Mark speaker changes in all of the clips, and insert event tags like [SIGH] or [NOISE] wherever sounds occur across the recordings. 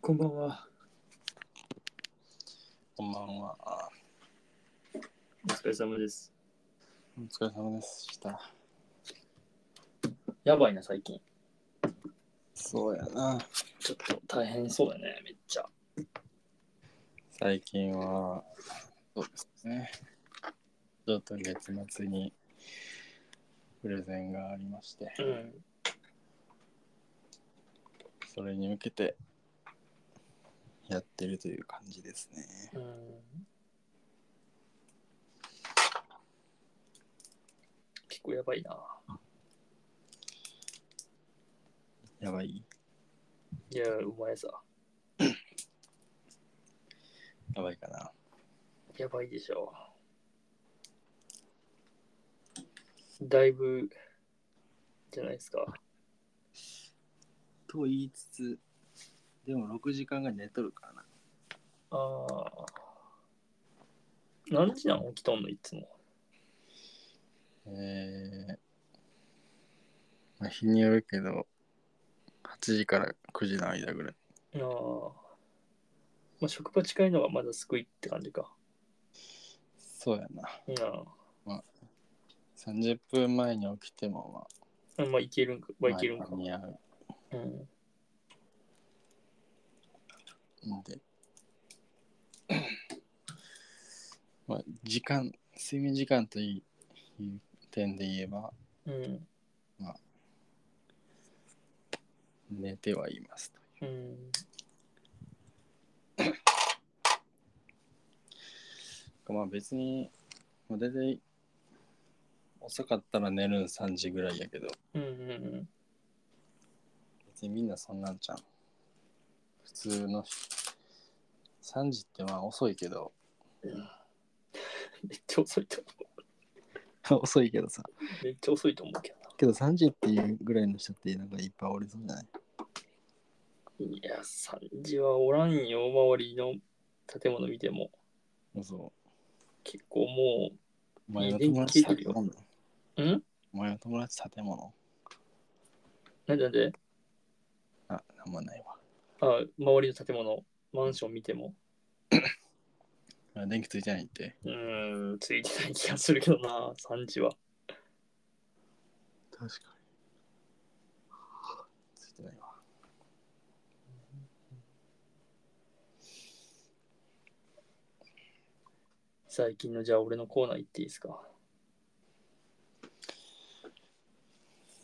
Speaker 1: こんばんは。
Speaker 2: こんばんは。
Speaker 1: お疲れ様です。
Speaker 2: お疲れ様でした。
Speaker 1: やばいな、最近。
Speaker 2: そうやな。
Speaker 1: ちょっと大変そうだね、めっちゃ。
Speaker 2: 最近は、そうですね。ちょっと月末にプレゼンがありまして、
Speaker 1: うん。
Speaker 2: それに向けてやってるという感じですね。
Speaker 1: うん、結構やばいな。
Speaker 2: やばい
Speaker 1: いや、お前さ、
Speaker 2: やばいかな。
Speaker 1: やばいでしょ。だいぶ、じゃないですか。
Speaker 2: と言いつつ、でも6時間が寝とるからな。
Speaker 1: ああ。何時なの起きとんの、いつも。
Speaker 2: えー、まあ、日によるけど、8時から9時の間ぐらい。
Speaker 1: ああ。まあ、職場近いのがまだ救いって感じか。
Speaker 2: そうやな。
Speaker 1: うん
Speaker 2: 30分前に起きても、まあ、
Speaker 1: あ。まあ、いけるんか。まあ、いけるんか。
Speaker 2: 間に合う
Speaker 1: うん。
Speaker 2: んで。 [COUGHS] まあ、時間、睡眠時間といいいう点で言えば、
Speaker 1: うん。
Speaker 2: 寝てはいますと。
Speaker 1: うん。
Speaker 2: まあ別に、まあ、大体遅かったら寝るん3時ぐらいやけど、
Speaker 1: うん。うん
Speaker 2: 別にみんなそんなんじゃん。普通の人3時ってまあ遅いけど、
Speaker 1: めっちゃ遅いと
Speaker 2: [LAUGHS]
Speaker 1: 思
Speaker 2: 遅いけどさ、
Speaker 1: う。めっちゃ遅いと思うけど
Speaker 2: けど3時っていうぐらいの人ってなんかいっぱいおりそうじゃない
Speaker 1: な。いや、3時はおらんよ、周りの建物見ても。
Speaker 2: そう。
Speaker 1: 結構も
Speaker 2: お前の友達建物
Speaker 1: う、ん
Speaker 2: お前の友達建物
Speaker 1: なんでなんで
Speaker 2: あ、なんもないわ
Speaker 1: あ、周りの建物、マンション見ても。。
Speaker 2: あ電気ついてないって。
Speaker 1: うーん、ついてない気がするけどな、3時は。
Speaker 2: 確かに。ついてないわ。
Speaker 1: 最近のじゃあ俺のコーナー行っていいですか。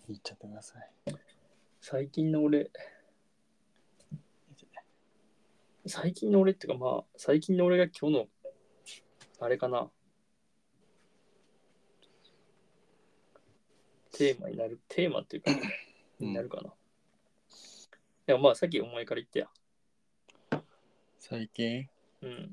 Speaker 2: 言っちゃってください。
Speaker 1: 最近の俺
Speaker 2: 言っちゃっ
Speaker 1: 最近の俺っていうかまあ最近の俺が今日のあれかなテーマになるテーマっていうか、
Speaker 2: うん
Speaker 1: になるかなでもまあさっきお前から言ってや
Speaker 2: 最近
Speaker 1: うん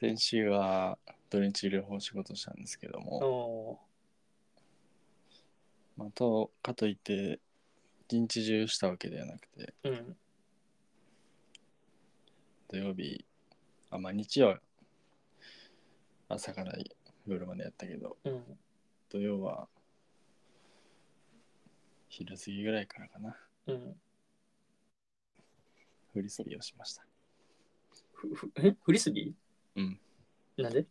Speaker 2: 先週は土日両方仕事したんですけど
Speaker 1: あ
Speaker 2: も、
Speaker 1: ー
Speaker 2: まあ、とかといって一日中したわけではなくて
Speaker 1: うん
Speaker 2: 土曜日あまあ日曜は朝から夜までやったけど
Speaker 1: うん
Speaker 2: 土曜は昼過ぎぐらいからかな
Speaker 1: うん
Speaker 2: フリスビーをしました
Speaker 1: ふふえフリスビー
Speaker 2: うん
Speaker 1: なんで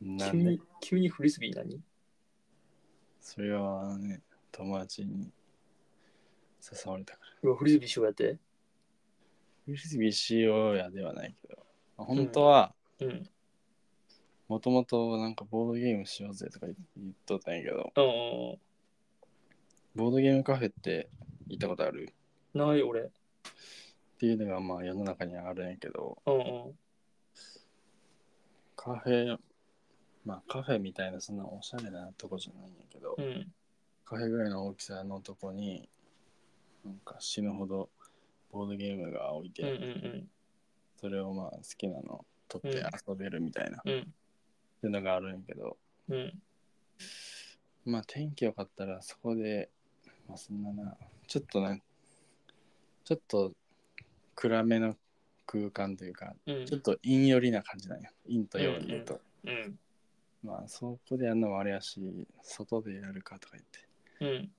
Speaker 2: なん
Speaker 1: 急
Speaker 2: で
Speaker 1: に急にフリスビー何
Speaker 2: それはね、友達に誘われたから。
Speaker 1: うわフリスビーしようやって
Speaker 2: フリスビーしようやではないけど、まあ本当は、
Speaker 1: うん
Speaker 2: もともとなんかボードゲームしようぜとか言言っとったんやけど、
Speaker 1: ああ
Speaker 2: ボードゲームカフェって行ったことある
Speaker 1: ない俺
Speaker 2: っていうのがまあ世の中にはあるんやけど、
Speaker 1: うんうん
Speaker 2: カフェ、まあカフェみたいなそんなおしゃれなとこじゃないんやけど、
Speaker 1: うん
Speaker 2: カフェぐらいの大きさのとこに、なんか死ぬほどボードゲームが置いて
Speaker 1: うん
Speaker 2: あ
Speaker 1: う
Speaker 2: っ
Speaker 1: ん
Speaker 2: てそれをまあ好きなの取って遊べるみたいな、っ
Speaker 1: うんうん
Speaker 2: ていうのがあるんやけど
Speaker 1: うん
Speaker 2: まあ天気良かったらそこでまあそんななちょっとねちょっと暗めの空間というか
Speaker 1: うん
Speaker 2: ちょっと陰寄りな感じなんや陰と陽で言うと、
Speaker 1: うん
Speaker 2: まあ、そこでやるのもあれやし、外でやるかとか言って。
Speaker 1: うん。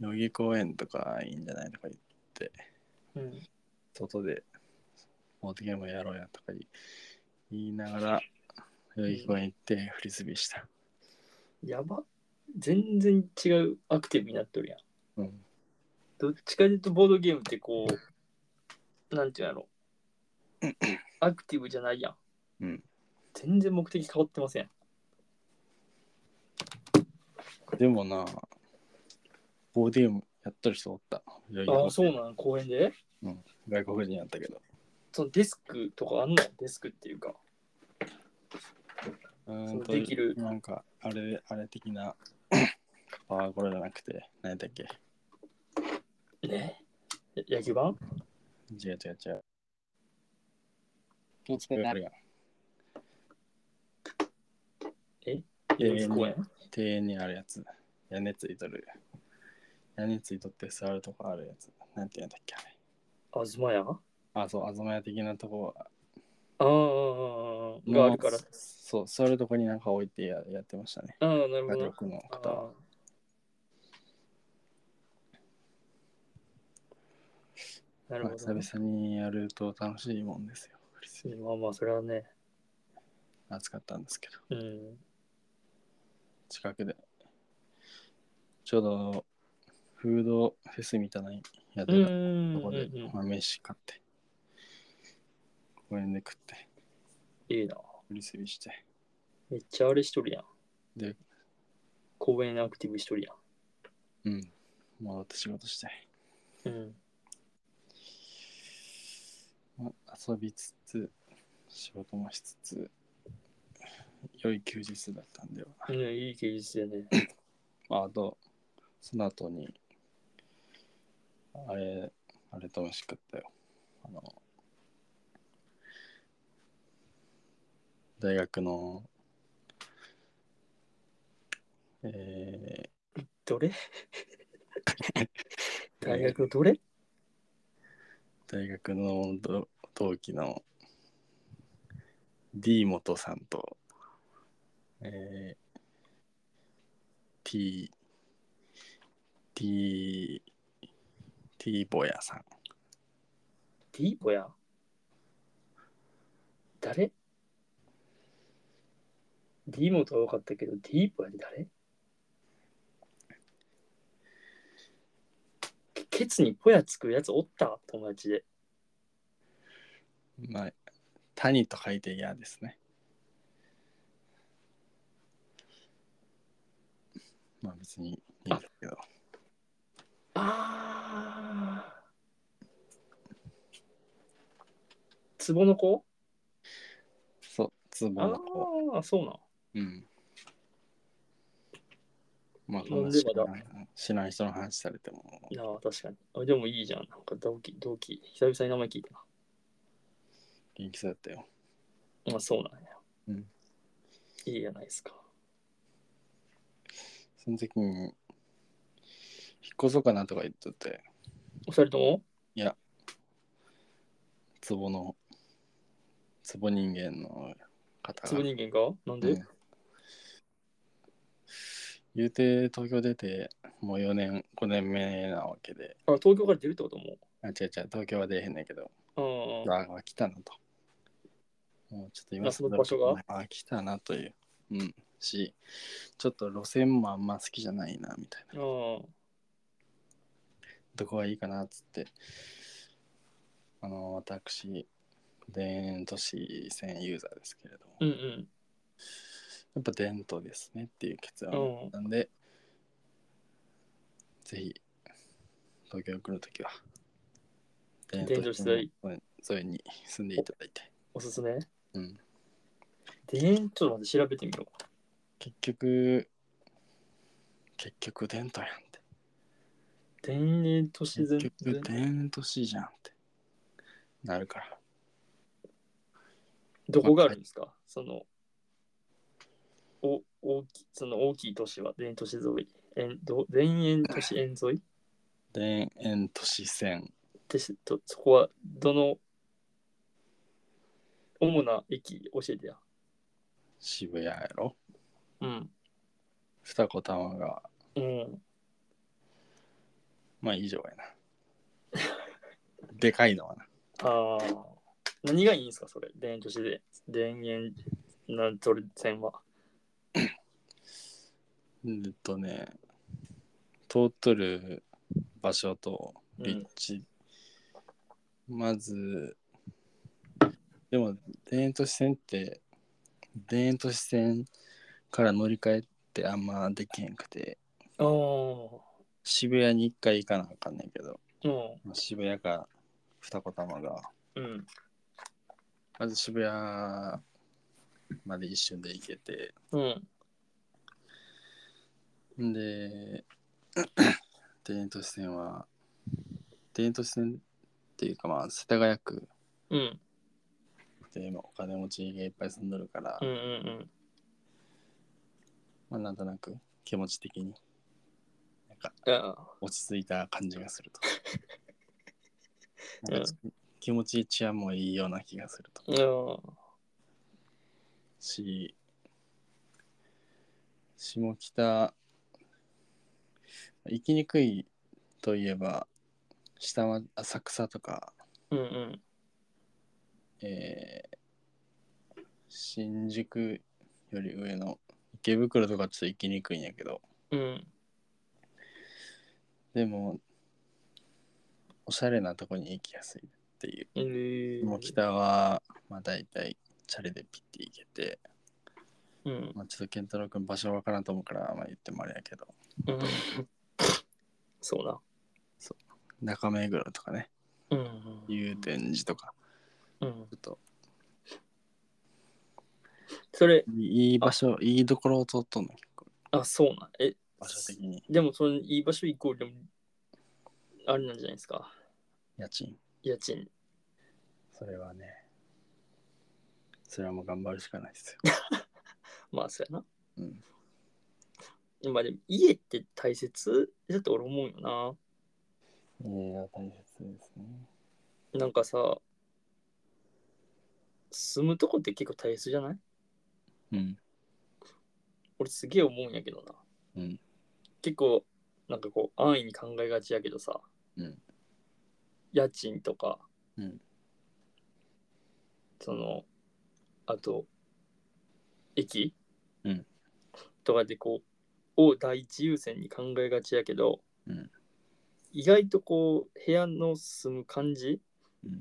Speaker 2: 代々木公園とかいいんじゃないとか言って、
Speaker 1: うん。
Speaker 2: 外で、ボードゲームやろうやとか言い言いながら、代々木公園行ってフリスビーした。
Speaker 1: やば。全然違うアクティブになっとるやん。
Speaker 2: うん。
Speaker 1: どっちかというとボードゲームってこう、なんていうんやろ。アクティブじゃないやん。
Speaker 2: うん。
Speaker 1: 全然目的変わってません。
Speaker 2: でもな、ボードゲームやっとる人おった。代々
Speaker 1: あ
Speaker 2: 木
Speaker 1: あ、そうなん、公園で
Speaker 2: 外国人やったけど。
Speaker 1: そのデスクとかあんのデスクっていうか。
Speaker 2: うー
Speaker 1: そ
Speaker 2: ん
Speaker 1: う
Speaker 2: と
Speaker 1: できる
Speaker 2: なんか、あれ、あれ的
Speaker 1: [COUGHS]
Speaker 2: な、パワーゴロじゃなくて、何だっけ
Speaker 1: ねや野球盤
Speaker 2: 違う違う違う。スポーツ公園あるやん。
Speaker 1: え
Speaker 2: 庭園
Speaker 1: 公
Speaker 2: に
Speaker 1: 園
Speaker 2: 庭園にあるやつ。屋根ついとる。屋根ついとって座るとこあるやつ。なんて言うんだっけあれ。
Speaker 1: あずまや
Speaker 2: あ、そう、東屋的なとこ
Speaker 1: ああ、
Speaker 2: の
Speaker 1: があるから。
Speaker 2: そう、座るとこになんか置いてややってましたね。
Speaker 1: ああ、なるほ
Speaker 2: 外
Speaker 1: ど。
Speaker 2: 国の
Speaker 1: あ
Speaker 2: 方は。
Speaker 1: あなる
Speaker 2: まあ
Speaker 1: ほ
Speaker 2: 久
Speaker 1: ど。
Speaker 2: 々にやると楽しいもんですよ。
Speaker 1: まあまあ、それはね。
Speaker 2: 暑かったんですけど。
Speaker 1: うん。
Speaker 2: 近くで。ちょうど、フードフェスみたいなのやって
Speaker 1: う
Speaker 2: た
Speaker 1: ん
Speaker 2: と
Speaker 1: う
Speaker 2: こ
Speaker 1: ん
Speaker 2: で
Speaker 1: うん。
Speaker 2: まあ飯買って公園で食って
Speaker 1: いいな。
Speaker 2: フリスビーして
Speaker 1: めっちゃあれしとるやん。
Speaker 2: で
Speaker 1: 公園アクティブしとるや
Speaker 2: うん戻って仕事して、
Speaker 1: ん。うん。
Speaker 2: まあ、遊びつつ仕事もしつつ良い休日だったんでは、
Speaker 1: うん、いい休日だね。
Speaker 2: まあ、あとその後にあれあれ楽しかったよあの大学のえー、[LAUGHS]
Speaker 1: どれ大学のどれ
Speaker 2: 大学の同同期の D 元さんと、えー、T T T ボヤさん
Speaker 1: ディーボや。誰ディーモとは分かったけど、ディーボやで誰ケケツにポヤつくやつおった友達で。
Speaker 2: まあ谷と書いて嫌ですねまあ別にいいんですけど
Speaker 1: ああ。ツボの子
Speaker 2: そうツボ
Speaker 1: あ
Speaker 2: の子
Speaker 1: あー、そうなん。
Speaker 2: うんまあ
Speaker 1: な
Speaker 2: こん
Speaker 1: ん
Speaker 2: な
Speaker 1: で
Speaker 2: 知
Speaker 1: まだ
Speaker 2: らん知らない人の話されても
Speaker 1: なあ、確かに。あでもいいじゃん。なんか同期、同期。久々に名前聞いたな。
Speaker 2: 元気そうだったよ
Speaker 1: まあそうなんや。
Speaker 2: うん
Speaker 1: いいじゃないですか。
Speaker 2: その時に、引っ越そうかなとか言っとって、
Speaker 1: お二人とも
Speaker 2: 壺の、壺人間の方が。
Speaker 1: 粒人間かなんで、
Speaker 2: うん言うて、東京出て、もう4年、5年目なわけで、
Speaker 1: あ、東京から出るってことも
Speaker 2: あ、違う違う、東京は出えへんねんけど、
Speaker 1: うんうん。
Speaker 2: ああ、来たなと。もうちょっと今
Speaker 1: あその場所が
Speaker 2: あ、来たなという。うん。し、ちょっと路線もあんま好きじゃないな、みたいな。
Speaker 1: うん。
Speaker 2: どこがいいかなっつってあの私田園都市線ユーザーですけれども、
Speaker 1: う
Speaker 2: や
Speaker 1: ん
Speaker 2: っぱ伝統ですねっていう結
Speaker 1: う
Speaker 2: 論
Speaker 1: ん
Speaker 2: なんで、ぜひ東京来るときは田
Speaker 1: 園都市線
Speaker 2: 沿いに住んでいただいて、
Speaker 1: おすすめ
Speaker 2: うん、
Speaker 1: 田園、ちょっと待って、調べてみよう。
Speaker 2: 結局結局伝統やんって
Speaker 1: 田園都市
Speaker 2: 結
Speaker 1: 全
Speaker 2: 局田園都市じゃんってなるから
Speaker 1: どこがあるんですかその、お大きいその大きい都市は田園都市沿い。えんど田園都市沿沿い
Speaker 2: 田園都市線
Speaker 1: ですとそこはどの主な駅教えてや。
Speaker 2: 渋谷やろ
Speaker 1: うん。
Speaker 2: 二子玉が
Speaker 1: うん。
Speaker 2: まあ以上やなでかいのはな
Speaker 1: ああ。何がいいんですか、それ。田園都市で。田園なんとり線は。
Speaker 2: うんとね通っとる場所と
Speaker 1: うん
Speaker 2: 立地、まずでも田園都市線って田園都市線から乗り換えってあんまできへんくて
Speaker 1: ああ。
Speaker 2: 渋谷に一回行かなあかんねんけど
Speaker 1: うん。
Speaker 2: まあ渋谷か二子玉が
Speaker 1: うん。
Speaker 2: まず渋谷まで一瞬で行けて
Speaker 1: うん。
Speaker 2: んで田園都市線は田園都市線っていうかまあ世田谷区
Speaker 1: うん。
Speaker 2: で、まあ、お金持ちがいっぱい住んどるから、
Speaker 1: うん。うん。
Speaker 2: まあ、なんとなく気持ち的になんか
Speaker 1: うん。ああ。
Speaker 2: 落ち着いた感じがすると
Speaker 1: [LAUGHS] うん
Speaker 2: なんか気持ち治安もいいような気がすると
Speaker 1: うん。
Speaker 2: し下北行きにくいといえば下は浅草とか、
Speaker 1: うん。うん。
Speaker 2: えー新宿より上の池袋とかちょっと行きにくいんやけど
Speaker 1: うん。で
Speaker 2: でもおしゃれなとこに行きやすいっていう
Speaker 1: えー
Speaker 2: 下北はまあ大体チャリでピッて行けて、
Speaker 1: うん。
Speaker 2: まあ、ちょっと健太郎君場所わからんと思うから、まあ、言ってもあれやけど
Speaker 1: うん。そうな。
Speaker 2: 中目黒とかね
Speaker 1: うん。
Speaker 2: 祐天寺とか
Speaker 1: うん
Speaker 2: ちょっと
Speaker 1: それ、
Speaker 2: いい場所いいところを通っとんの結構
Speaker 1: あ、そうなん。え、
Speaker 2: 場所的に
Speaker 1: でも、その、いい場所イコールでも、あれなんじゃないですか。
Speaker 2: 家賃
Speaker 1: 家賃。
Speaker 2: それはねそれはもう頑張るしかないです
Speaker 1: まあ、そうやな。
Speaker 2: よ、うん、
Speaker 1: まあ、でも、家って大切だって俺思うよ
Speaker 2: 家が大切ですね
Speaker 1: な。なんかさ、住むとこって結構大切じゃない
Speaker 2: うん
Speaker 1: 俺すげえ思うんやけどな。
Speaker 2: うん
Speaker 1: 結構、なんかこう、安易に考えがちやけどさ、
Speaker 2: うん
Speaker 1: 家賃とか、
Speaker 2: うん
Speaker 1: その、あと、駅、
Speaker 2: うん
Speaker 1: とかでこう、を第一優先に考えがちやけど、
Speaker 2: うん
Speaker 1: 意外とこう、部屋の住む感じ、
Speaker 2: うん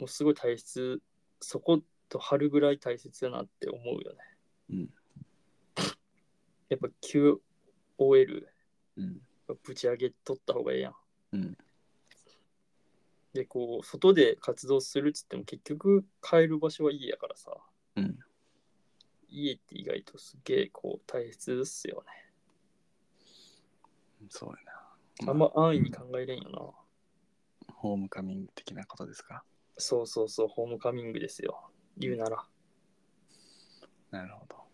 Speaker 1: もうすごい大切、そこと春ぐらい大切だなって思うよね。
Speaker 2: うん
Speaker 1: やっぱ QOL
Speaker 2: うん
Speaker 1: ぶち上げとった方がええやん。
Speaker 2: うん
Speaker 1: でこう外で活動するっつっても結局帰る場所は家やからさ
Speaker 2: うん
Speaker 1: 家って意外とすげえこう大切っすよ
Speaker 2: そうや
Speaker 1: ね。
Speaker 2: な
Speaker 1: あんま安易に考えれんよな。
Speaker 2: ホームカミング的なことですか
Speaker 1: そうそうそうホームカミングですよ。言うなら。
Speaker 2: なるほど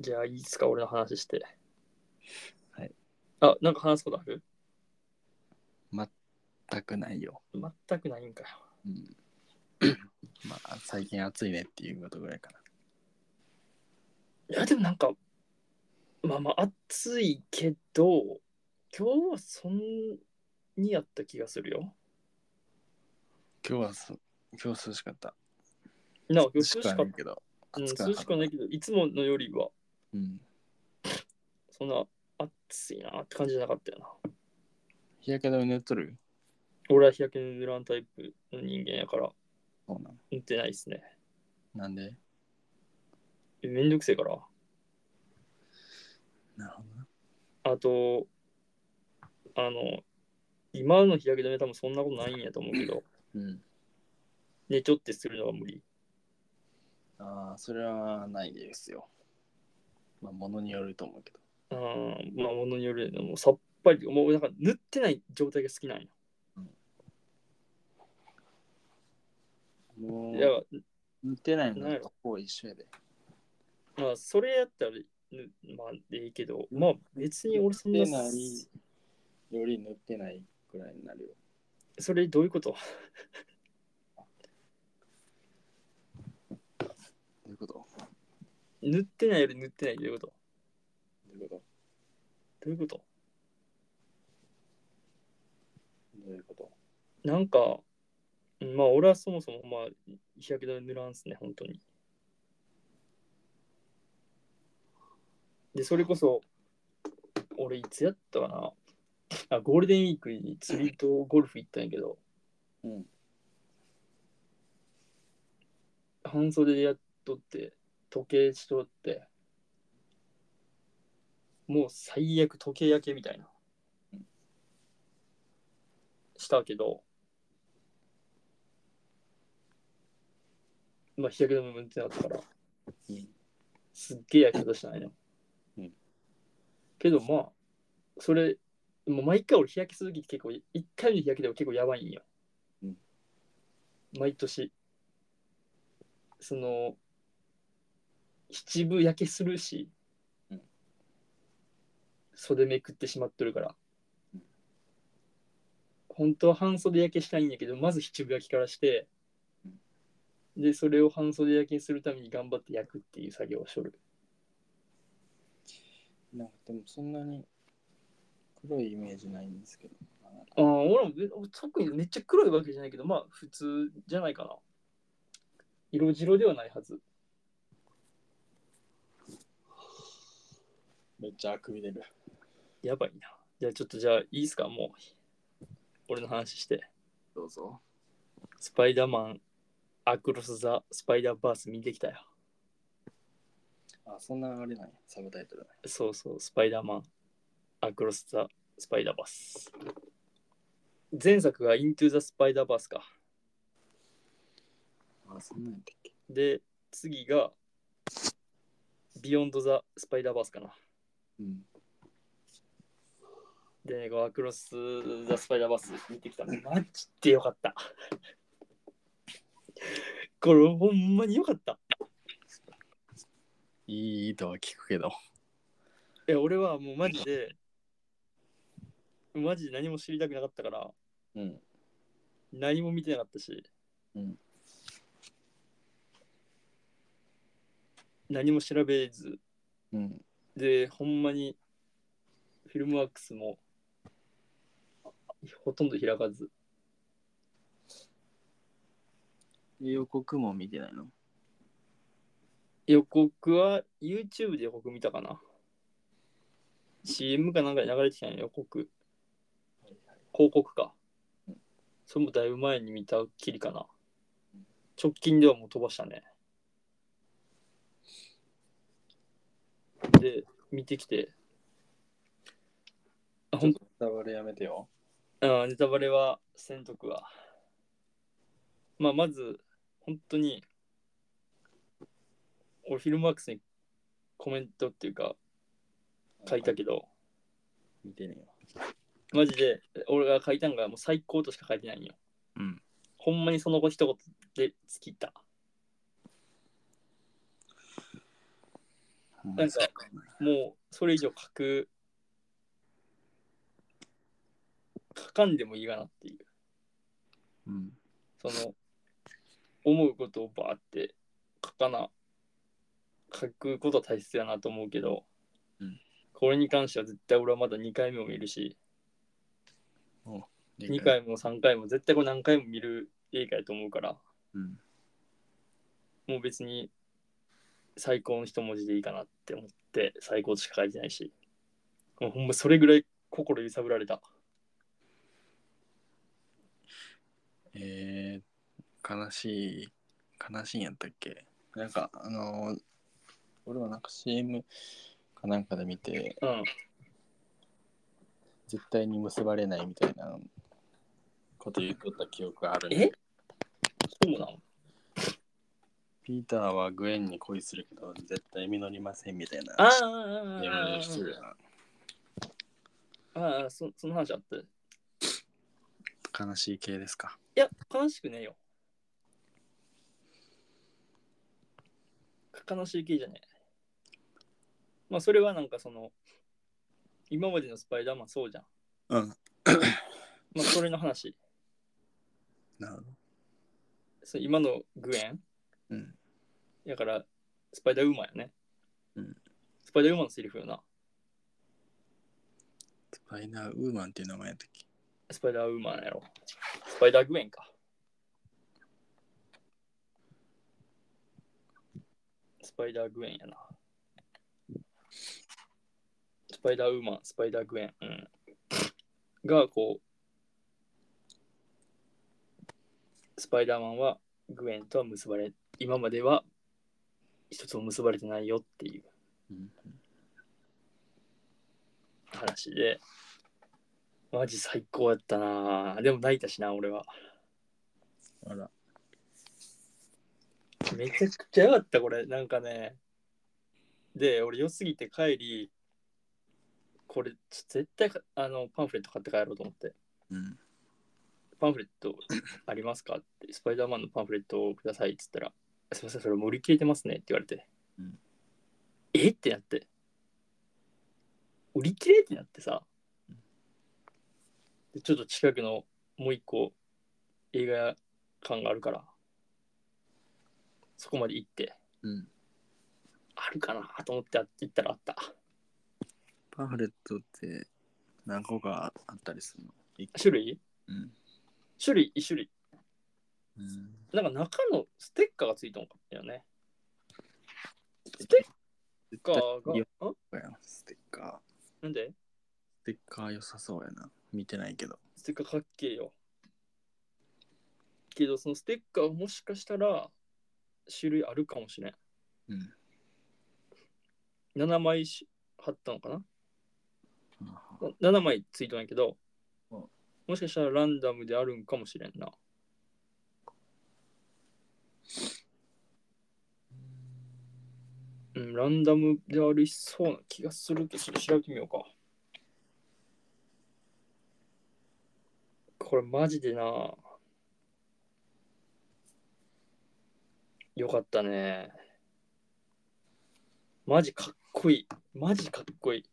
Speaker 1: じゃあいいっすか俺の話して。
Speaker 2: はい。
Speaker 1: あなんか話すことある
Speaker 2: 全くないよ、
Speaker 1: 全くないんかよ。
Speaker 2: うん、まあ最近暑いねっていうことぐらいかない
Speaker 1: やでもなんかまあまあ暑いけど今日はそんにやった気がするよ。
Speaker 2: 今日はそ今日涼しかった
Speaker 1: なお涼し
Speaker 2: 涼
Speaker 1: か
Speaker 2: しく
Speaker 1: った
Speaker 2: はないけど
Speaker 1: うん、
Speaker 2: 暑く
Speaker 1: 涼
Speaker 2: なか
Speaker 1: し
Speaker 2: った
Speaker 1: くはないけど、いつものよりは、
Speaker 2: うん
Speaker 1: そんな暑いなって感じじゃなかったよな。
Speaker 2: 日焼け止め塗っとる
Speaker 1: 俺は日焼け塗らんタイプの人間やから、
Speaker 2: そうなの
Speaker 1: 塗ってないですね。
Speaker 2: なんで
Speaker 1: えめんどくせえから。
Speaker 2: なるほど
Speaker 1: あと、あの、今の日焼け止め多分そんなことないんやと思
Speaker 2: [LAUGHS]
Speaker 1: うけど、
Speaker 2: うん
Speaker 1: 寝ちょってするのは無理。
Speaker 2: ああそれはないですよまあものによると思うけど
Speaker 1: あーまあ、ものによるよねもうさっぱり、もうなんか塗ってない状態が好きなんよ。
Speaker 2: も
Speaker 1: だか
Speaker 2: う塗ってないのとこう一緒やで
Speaker 1: ら、まあ、それやったら、ぬまあ、ええけど、まあ、別に俺そんな
Speaker 2: 塗って、ないより塗ってないくらいになるよ
Speaker 1: それどういうこと塗ってないより塗ってないってどういうこと
Speaker 2: どういうこと
Speaker 1: どういうこと
Speaker 2: どういうこと
Speaker 1: なんか、まあ俺はそもそもまあ日焼け止め塗らんすね、本当に。で、それこそ、俺いつやったかな。あ、ゴールデンウィークに釣りとゴルフ行ったんやけど、
Speaker 2: うん。
Speaker 1: 半袖でやっとって、時計しとって、もう最悪時計焼けみたいな。したけど、まあ日焼け止めも塗ってなかったから、
Speaker 2: うん
Speaker 1: すっげえ焼け方したないの。
Speaker 2: うん
Speaker 1: けどまあ、それ、もう毎回俺日焼けするときって結構、1回の日焼けでも結構やばいんよ。
Speaker 2: うん
Speaker 1: 毎年。その、七分焼けするし、
Speaker 2: うん
Speaker 1: 袖めくってしまっとるから
Speaker 2: うん。
Speaker 1: 本当は半袖焼けしたいんやけど、まず七分焼きからして、で、それを半袖焼きにするために頑張って焼くっていう作業をしとる。
Speaker 2: なんかでもそんなに黒いイメージないんですけど。
Speaker 1: ああ、俺もべ特にめっちゃ黒いわけじゃないけど、まあ普通じゃないかな。色白ではないはず。
Speaker 2: めっちゃあくび出る。
Speaker 1: やばいな。じゃあちょっとじゃあいいっすか、もう。俺の話して。
Speaker 2: どうぞ。
Speaker 1: スパイダーマン、アクロス・ザ・スパイダーバース見てきたよ。
Speaker 2: あ、そんなあれない。サブタイトルない。
Speaker 1: そうそう、スパイダーマン、アクロス・ザ・スパイダーバース。前作がイントゥ・ザ・スパイダーバースか。
Speaker 2: あ、そんなんやったっけ
Speaker 1: で、次が、ビヨンド・ザ・スパイダーバースかな。
Speaker 2: うん。
Speaker 1: でね、こうアクロス・ザ・スパイダーバース見てきたの。マジでよかった。 [LAUGHS] これほんまによかった。
Speaker 2: いいとは聞くけど。
Speaker 1: いや、俺はもうマジで、マジで何も知りたくなかったから、
Speaker 2: うん。
Speaker 1: 何も見てなかったし、
Speaker 2: うん
Speaker 1: 何も調べず、
Speaker 2: うん。
Speaker 1: で、ほんまに、フィルムワークスも、ほとんど開かず、
Speaker 2: 予告も見てないの
Speaker 1: 予告は YouTube で予告見たかな ?CM かなんかで流れてきたんや予告。広告か
Speaker 2: うん。
Speaker 1: それもだいぶ前に見たっきりかな
Speaker 2: うん。
Speaker 1: 直近ではもう飛ばしたね。で、見てきて。あほん
Speaker 2: とネタバレやめてよ。
Speaker 1: うん、ネタバレはせんとくわ。まあ、まず、本当に、俺、フィルムワークスにコメントっていうか、書いたけど、
Speaker 2: 見てねえわ。
Speaker 1: マジで、俺が書いたんがもう最高としか書いてないんよ。
Speaker 2: うん。
Speaker 1: ほんまにその後一言で尽きた。なんかもう、それ以上書く、書かんでもいいかなっていう。
Speaker 2: うん。
Speaker 1: その思うことをバーって書かな書くことは大切やなと思うけど、
Speaker 2: うん
Speaker 1: これに関しては絶対俺はまだ2回目も見るし2回も3回も絶対これ何回も見る映画やと思うから
Speaker 2: うん。
Speaker 1: もう別に最高の一文字でいいかなって思って最高としか書いてないしもうほんまそれぐらい心揺さぶられた
Speaker 2: えー、悲しい、悲しいんやったっけなんか、あのー俺はなんか CM かなんかで見て、
Speaker 1: うん
Speaker 2: 絶対に結ばれないみたいなこと言っとった記憶がある。
Speaker 1: えそうなの
Speaker 2: ピーターはグエンに恋するけど、絶対実りませんみたいな。
Speaker 1: あああ
Speaker 2: や
Speaker 1: ああ
Speaker 2: めしてるやん
Speaker 1: ああああそその話あったい
Speaker 2: 悲しい系ですか。
Speaker 1: や悲しくねえよ悲しい系じゃねえ。まあそれはなんかその、今までのスパイダーマンそうじゃん。
Speaker 2: うん。
Speaker 1: まあそれの話。
Speaker 2: なるほど。
Speaker 1: そう今のグエン
Speaker 2: うん。
Speaker 1: だからスパイダーウーマンやね。
Speaker 2: うん
Speaker 1: スパイダーウーマンのセリフよな。
Speaker 2: スパイダーウーマンっていう名前の時。
Speaker 1: スパイダーウーマンやろ。スパイダーグエンか。スパイダーグエンやな。スパイダーウーマン、スパイダーグエン。うん、が、こう、スパイダーマンはグエンとは結ばれ、今までは一つも結ばれてないよっていう
Speaker 2: うん
Speaker 1: 話で、マジ最高やったな。でも泣いたしな、俺は。
Speaker 2: あら。
Speaker 1: めちゃくちゃ良かったこれなんかねで俺良すぎて帰りこれちょ絶対かあのパンフレット買って帰ろうと思って
Speaker 2: うん。
Speaker 1: パンフレットありますかってスパイダーマンのパンフレットをくださいっつったらすいませんそれもう売り切れてますねって言われて、
Speaker 2: うん
Speaker 1: えってなって売り切れってなってさでちょっと近くのもう一個映画館があるからそこまで行って
Speaker 2: うん。
Speaker 1: あるかなと思って行ったらあった。
Speaker 2: パンフレットって何個かあったりするのい
Speaker 1: 種類
Speaker 2: うん。
Speaker 1: 種類一種類。
Speaker 2: うん。
Speaker 1: なんか中のステッカーがついたのかったよね。ステ
Speaker 2: 絶
Speaker 1: ッカ
Speaker 2: 対
Speaker 1: ーが。ん
Speaker 2: そうやんステッカー。
Speaker 1: なんで
Speaker 2: ステッカー良さそうやな。見てないけど。
Speaker 1: ステッカーかっけえよ。けどそのステッカーもしかしたら種類あるかもしれん。
Speaker 2: うん。
Speaker 1: 7枚し貼ったのかな ?7 枚ついたんやけど、
Speaker 2: うん
Speaker 1: もしかしたらランダムであるんかもしれんな。うん、ランダムでありそうな気がするけど、ちょっと調べてみようか。これマジでな。よかったね。マジかっこいい。マジかっこいい。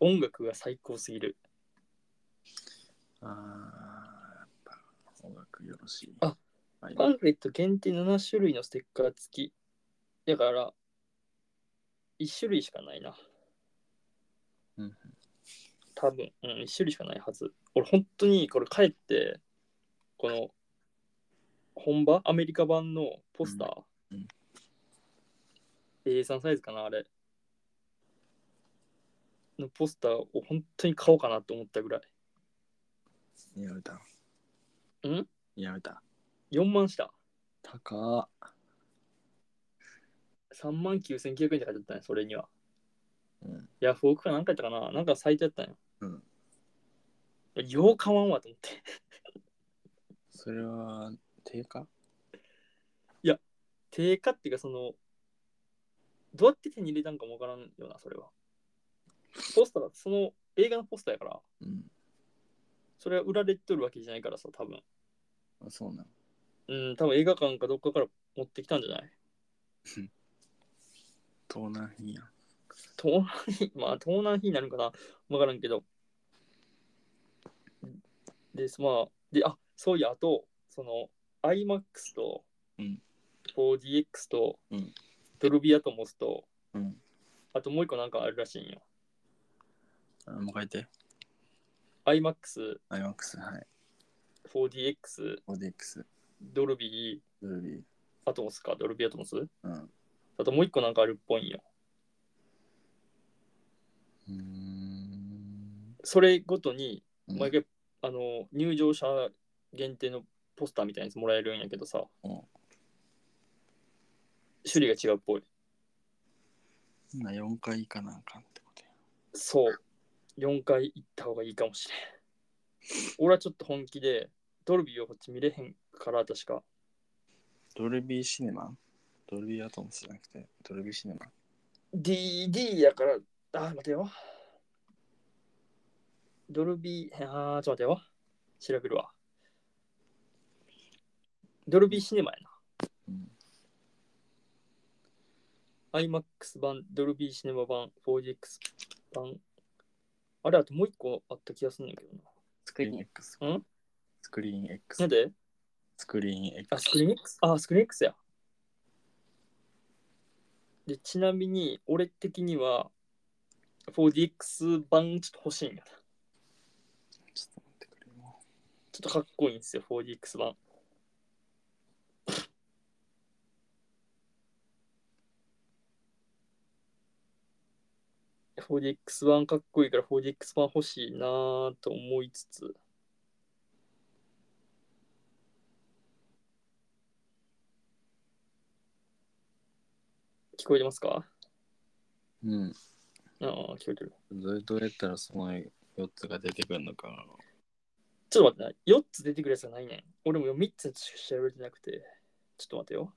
Speaker 1: 音楽が最高すぎる。
Speaker 2: ああ、やっぱ音楽よろしい。
Speaker 1: あ
Speaker 2: はい、
Speaker 1: パンフレット限定7種類のステッカー付き。だから、1種類しかないな。
Speaker 2: うん。
Speaker 1: 多分、うん、1種類しかないはず。俺、本当にこれ帰って、この、本場アメリカ版のポスター。
Speaker 2: うんうん
Speaker 1: A3 サイズかな、あれ。のポスターを本当に買おうかなと思ったぐらい。
Speaker 2: やめた。
Speaker 1: ん
Speaker 2: やめた。
Speaker 1: 4万した。
Speaker 2: 高っ。
Speaker 1: 3万9900円って書いてあったね、それには。
Speaker 2: うん。
Speaker 1: ヤフオクかなんかやったかななんかサイトやったんよ。
Speaker 2: うん。
Speaker 1: よう買わんわと思って。 [LAUGHS]
Speaker 2: それは定価
Speaker 1: 定価っていうか、その、どうやって手に入れたんかもわからんよな、それは。ポスターだ、その映画のポスターやから、
Speaker 2: うん。
Speaker 1: それは売られとるわけじゃないからさ、多分。
Speaker 2: あ、そうなの。
Speaker 1: うん、多分映画館かどっかから持ってきたんじゃない
Speaker 2: 東南品やん。
Speaker 1: 盗難品、 [LAUGHS] まあ盗難品になるんかなわからんけど。で、まあ、で、あ、そういや、あと、その、iMAX と
Speaker 2: うん、
Speaker 1: 4DX と、
Speaker 2: うん
Speaker 1: ドルビアとモスと、
Speaker 2: うん。
Speaker 1: あともう一個なんかあるらしいんよ。
Speaker 2: あもう書いて。
Speaker 1: iMAX、
Speaker 2: IMAX、はい。
Speaker 1: 4DX、
Speaker 2: ODX、
Speaker 1: ドルビー、
Speaker 2: ドルビー。
Speaker 1: アトモスか、ドルビーアトモス
Speaker 2: うん。
Speaker 1: あともう一個なんかあるっぽいんよ。
Speaker 2: うーん。
Speaker 1: それごとに、
Speaker 2: うん
Speaker 1: 毎回、あの、入場者限定のポスターみたいなやつもらえるんやけどさ、
Speaker 2: うん
Speaker 1: 種類が違うっぽい。
Speaker 2: な4回行かなあかんってことや。
Speaker 1: そう。4回行った方がいいかもしれん。俺はちょっと本気で、ドルビーをこっち見れへんから、確か。
Speaker 2: ドルビーシネマドルビーアトムスじゃなくて、ドルビーシネマ
Speaker 1: DD やから、あー、待てよ。ドルビー、あー、ちょっと待てよ。調べるわ。ドルビーシネマや
Speaker 2: うん。
Speaker 1: な。IMAX 版、ドルビーシネマ版、4DX 版。あれ、あともう一個あった気がするんだけどな。
Speaker 2: スクリーン X。
Speaker 1: うん
Speaker 2: スクリーン
Speaker 1: な
Speaker 2: X
Speaker 1: ん。で
Speaker 2: スクリーン
Speaker 1: あ、
Speaker 2: X。
Speaker 1: スクリーン X? あ、スクリーン X や。で、ちなみに、俺的には、4DX 版ちょっと欲しいんやな。
Speaker 2: ちょっと待ってくれよ。
Speaker 1: ちょっとかっこいいんですよ、4DX 版。4DX 版かっこいいから 4DX 版欲しいなぁと思いつつ。聞こえてますか
Speaker 2: うん。
Speaker 1: ああ、聞こえてる。
Speaker 2: どうどうやったらその4つが出てくるのかな。
Speaker 1: ちょっと待ってな。4つ出てくるやつがないねん。俺も3つしか調べてなくて。ちょっと待てよ。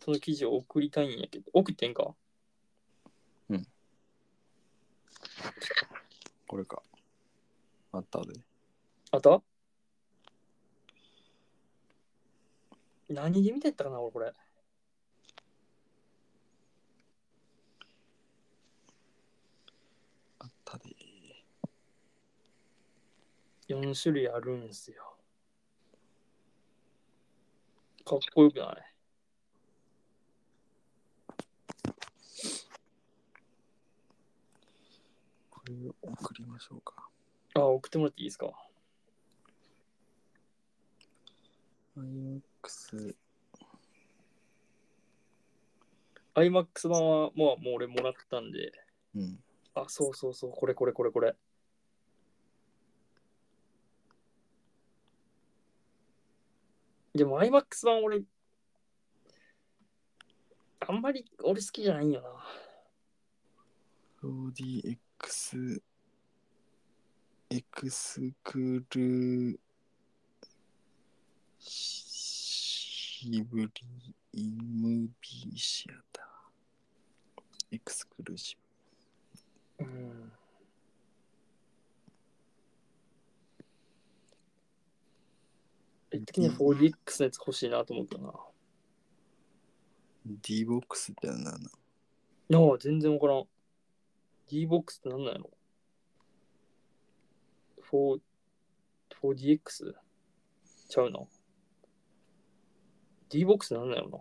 Speaker 1: その記事を送りたいんやけど。送ってんか
Speaker 2: これか。あったで。
Speaker 1: あった何で見てったかな俺これ。
Speaker 2: あったで。
Speaker 1: 4種類あるんすよ。かっこよくない
Speaker 2: これを送りましょうか。
Speaker 1: あ、送ってもらっていいですか
Speaker 2: IX。
Speaker 1: ?iMAX 版は、まあ、もう俺もらったんで。
Speaker 2: うん。
Speaker 1: あ、そうそうそう、これこれこれこれ。でも iMAX 版俺、あんまり俺好きじゃないんよな。
Speaker 2: 4DX。エクスクルシブリイムビシアター。エクスクルーシブ。
Speaker 1: うんえ、的には 4DX のやつ欲しいなと思ったな。
Speaker 2: D ボックスってなんなの
Speaker 1: なあ、全然わからん。D-BOX ってなんなんやろ ?4、4DX? ちゃうな。D-BOX なんなんやろな。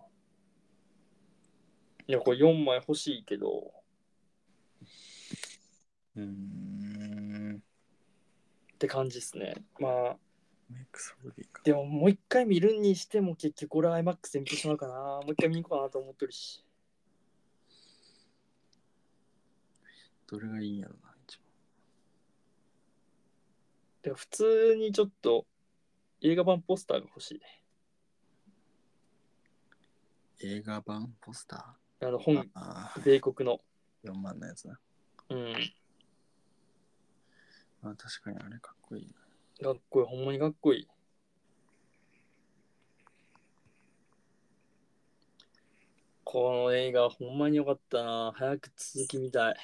Speaker 1: いや、これ4枚欲しいけど、
Speaker 2: うーん。
Speaker 1: って感じっすね。まあ、
Speaker 2: MX4D か。
Speaker 1: でももう一回見るにしても結局俺は iMAX で見てしまうかな。もう一回見に行こうかなと思ってるし。
Speaker 2: どれがいいんやろな、一
Speaker 1: でも普通にちょっと映画版ポスターが欲しい。
Speaker 2: 番。映画版ポスタ
Speaker 1: あの
Speaker 2: ー
Speaker 1: 本、
Speaker 2: ああ、
Speaker 1: 米国の。
Speaker 2: 4万のやつな。
Speaker 1: うん。
Speaker 2: あ確かにあれかっこいいな。
Speaker 1: かっこいい、ほんまにかっこいい。この映画ほんまによかったな。早く続き見たい。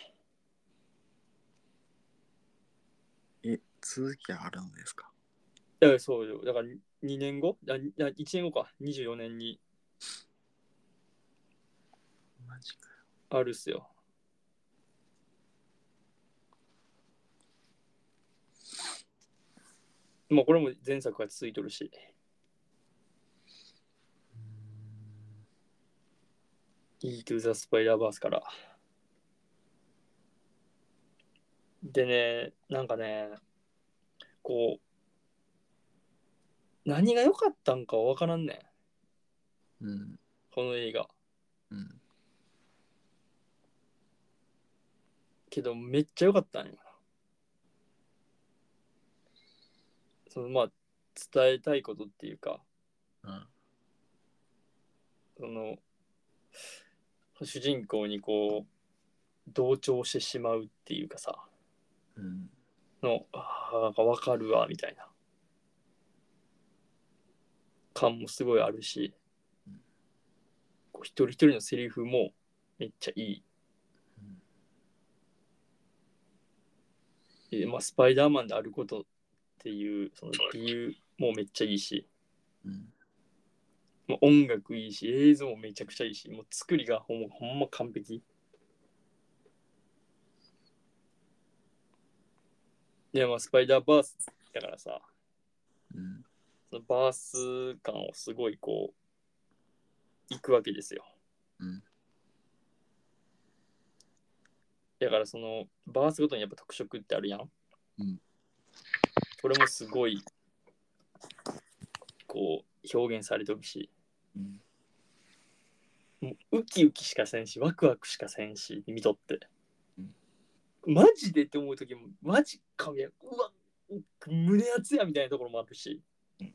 Speaker 2: え、続きあるんですか
Speaker 1: だからそうよ。だから2年後あ、にあ1年後か。24年に
Speaker 2: マジかよ。
Speaker 1: あるっすよ。まあこれも前作が続いとるし。Into the Spider-Verse から。でね、なんかね、こう、何が良かったんかわからんねん、
Speaker 2: うん。
Speaker 1: この映画。
Speaker 2: うん。
Speaker 1: けどめっちゃ良かったんよなそのまあ伝えたいことっていうか
Speaker 2: うん。
Speaker 1: その主人公にこう同調してしまうっていうかさ
Speaker 2: うん。
Speaker 1: のあーなんか分かるわみたいな感もすごいあるし
Speaker 2: うん
Speaker 1: こう一人一人のセリフもめっちゃい
Speaker 2: うん
Speaker 1: い、でまあ、スパイダーマンであることっていうその理由もめっちゃいいし、
Speaker 2: うん。
Speaker 1: まあ、音楽いいし映像もめちゃくちゃいいしもう作りがほんほんま完璧でまあスパイダーバースだからさ、
Speaker 2: うん。
Speaker 1: そのバース感をすごいこう、いくわけですよ。
Speaker 2: うん
Speaker 1: だからそのバースごとにやっぱ特色ってあるやん。
Speaker 2: うん
Speaker 1: これもすごいこう表現されてるし、
Speaker 2: うん
Speaker 1: もうウキウキしかせんしワクワクしかせんし見とって
Speaker 2: うん。
Speaker 1: マジでって思う時もマジかやうわ胸熱やみたいなところもあるし、
Speaker 2: うん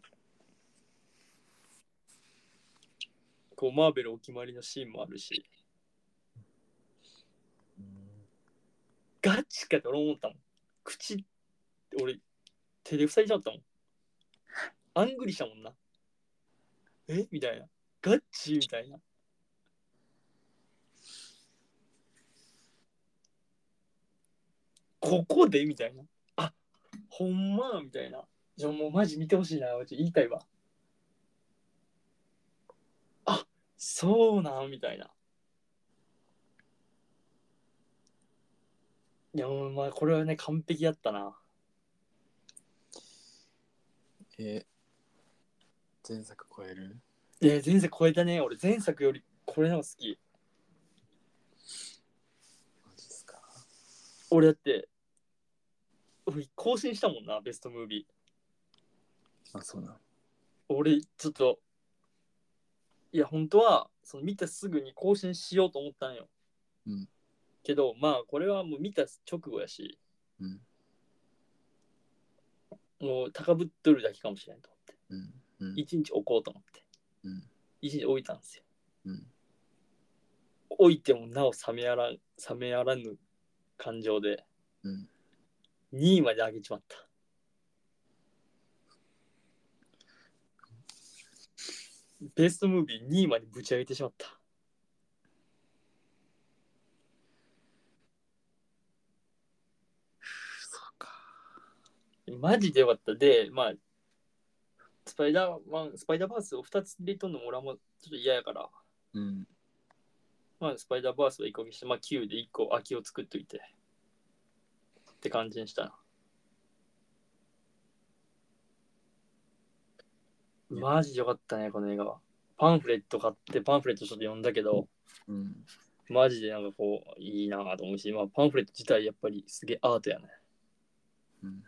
Speaker 1: こうマーベルお決まりのシーンもあるしガチかって俺思ったもん。口、俺、手で塞いじゃったもん。あんぐりしたもんな。えみたいな。ガチみたいな。ここでみたいな。あほんまみたいな。じゃもうマジ見てほしいな。ちょ言いたいわ。あそうなんみたいな。いや、もうまあ、これはね、完璧やったな。
Speaker 2: え前作超える
Speaker 1: いや、前作超えたね。俺、前作よりこれの方が好き。
Speaker 2: マジですか
Speaker 1: 俺だって、俺更新したもんな、ベストムービー。
Speaker 2: あそうなの
Speaker 1: 俺、ちょっと、いや、本当は、その見てすぐに更新しようと思ったんよ。
Speaker 2: うん
Speaker 1: けど、まあ、これはもう見た直後やし、
Speaker 2: うん
Speaker 1: もう高ぶっとるだけかもしれんと思って。
Speaker 2: うんうん
Speaker 1: 一日置こうと思って。
Speaker 2: うん
Speaker 1: 一日置いたんですよ。
Speaker 2: うん
Speaker 1: 置いてもなお冷めやら冷めやらぬ感情で、
Speaker 2: うん
Speaker 1: 2位まで上げちまった。ベストムービー2位までぶち上げてしまった。
Speaker 2: そうか
Speaker 1: マジでよかった。で、まあ、スパイダーマン、スパイダーバースを2つ入れとんのも俺はもうちょっと嫌やから、
Speaker 2: うん
Speaker 1: まあ、スパイダーバースは1個にして、まあ、9で1個空きを作っといて。って感じにしたな。マジよかったね、この映画は。パンフレット買って、パンフレットちょっと読んだけど、
Speaker 2: うん
Speaker 1: マジでなんかこう、いいなぁと思うし、まあ、パンフレット自体やっぱりすげえアートやね。
Speaker 2: うん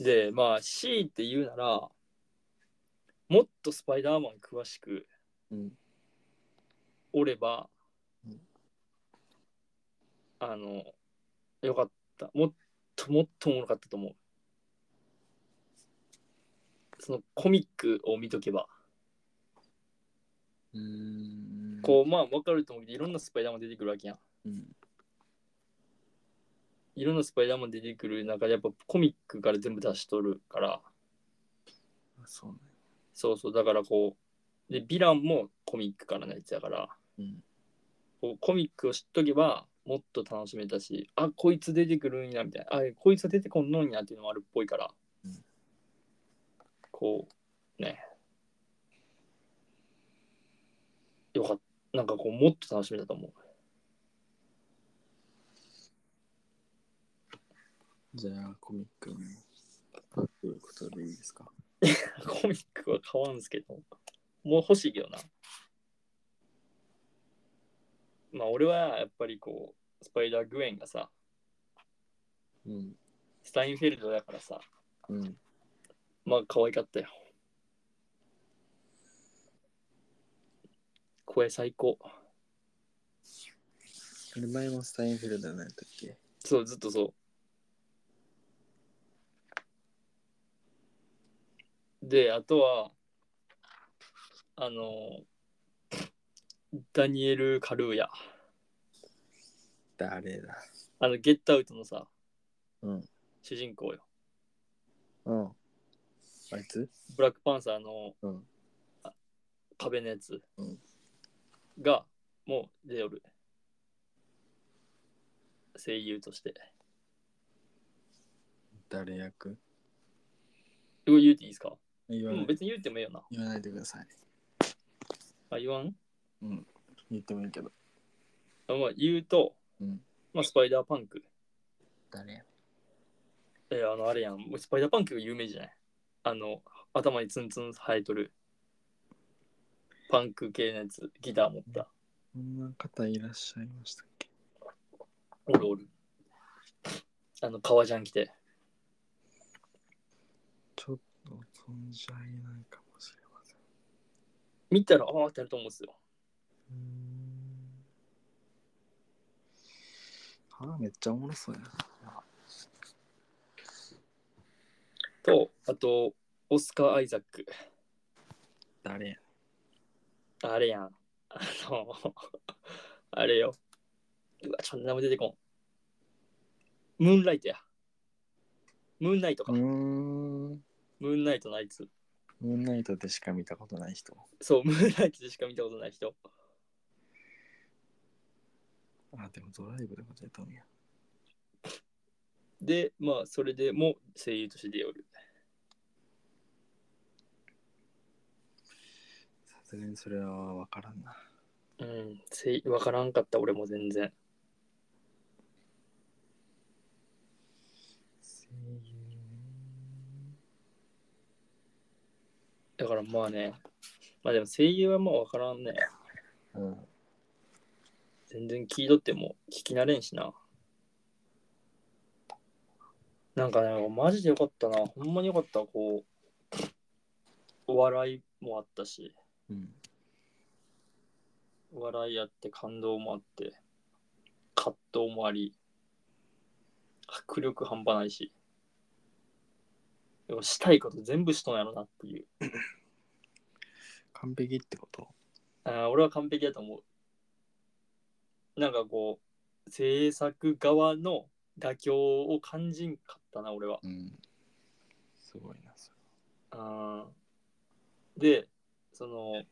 Speaker 1: で、まあ、C って言うなら、もっとスパイダーマン詳しく
Speaker 2: うん
Speaker 1: おれば、
Speaker 2: うん
Speaker 1: あの、よかった。もっともっとおもろかったと思う。そのコミックを見とけば、
Speaker 2: うん
Speaker 1: こう、まあ、わかると思うけど、いろんなスパイダーマン出てくるわけやん。
Speaker 2: うん
Speaker 1: いろんなスパイダーマン出てくる中で、やっぱコミックから全部出しとるから、
Speaker 2: あそうね
Speaker 1: そうそう、だからこう、で、ヴィランもコミックからのやつだから、
Speaker 2: うん
Speaker 1: こうコミックを知っとけばもっと楽しめたしあこいつ出てくるんやみたいなあこいつは出てこんのんやっていうのもあるっぽいから、
Speaker 2: うん
Speaker 1: こうねよかったなんかこうもっと楽しめたと思う [LAUGHS]
Speaker 2: じゃあコミックにということでいいですか
Speaker 1: コミックは買わんすけど、もう欲しいけどな。まあ俺はやっぱりこう、スパイダー・グエンがさ、
Speaker 2: うん
Speaker 1: スタインフェルドだからさ、
Speaker 2: うん
Speaker 1: まあ可愛かったよ。声最高。
Speaker 2: あれ前もスタインフェルダーなんやったっけ
Speaker 1: そう、ずっとそう。で、あとは、あの、ダニエル・カルーヤ。
Speaker 2: 誰だ
Speaker 1: あの、ゲットアウトのさ、
Speaker 2: うん
Speaker 1: 主人公よ。
Speaker 2: うんあいつ
Speaker 1: ブラックパンサーの、
Speaker 2: うん
Speaker 1: あ壁のやつ、
Speaker 2: うん
Speaker 1: が、もう出よる。声優として。
Speaker 2: 誰役
Speaker 1: これ言うていいですか、
Speaker 2: 言わ
Speaker 1: も
Speaker 2: な
Speaker 1: う
Speaker 2: い
Speaker 1: 別に言ってもいいよな。
Speaker 2: 言わないでください
Speaker 1: あ、言わん
Speaker 2: うん言ってもいいけど
Speaker 1: あまあ、言うと、
Speaker 2: うん
Speaker 1: まあ、スパイダーパンク。
Speaker 2: 誰や
Speaker 1: えあのあれやんもうスパイダーパンクが有名じゃないあの頭にツンツン生えとるパンク系のやつギター持った
Speaker 2: こんな方いらっしゃいましたっけ
Speaker 1: おるおるあの革ジャン着て
Speaker 2: ちょっと存じ上げないかもしれません。
Speaker 1: 見たらああってなると思うんですよ
Speaker 2: うーんあーめっちゃおもろそうやな。
Speaker 1: とあとオスカー・アイザック
Speaker 2: 誰や
Speaker 1: あれやんあの [LAUGHS] あれようわちょっと名前出てこんムーンライトやムーンナイトか、
Speaker 2: うーん。ム
Speaker 1: ムーンナイトのあいつ
Speaker 2: ーンナイトでしか見たことない人。
Speaker 1: そうムーンライトでしか見たことない人
Speaker 2: あ、でもドライブでも出たんや。
Speaker 1: でまあそれでも声優として出よる
Speaker 2: さすがにそれはわからんな。
Speaker 1: うん、せ分からんかった俺も全然。
Speaker 2: 声優ね。
Speaker 1: だからまあね、まあでも声優はまあ分からんね。
Speaker 2: うん。
Speaker 1: 全然聞いとっても聞き慣れんしな。なんかね、マジでよかったな。ほんまによかった。こう、お笑いもあったし、
Speaker 2: うん。
Speaker 1: お笑いあって感動もあって、葛藤もあり、迫力半端ないし。でもしたいこと全部しとんやろなっていう。
Speaker 2: 完璧ってこと
Speaker 1: あー俺は完璧だと思う。なんかこう、制作側の妥協を感じんかったな、俺は。
Speaker 2: うん。すごいな、そ
Speaker 1: あーで、その、
Speaker 2: れ。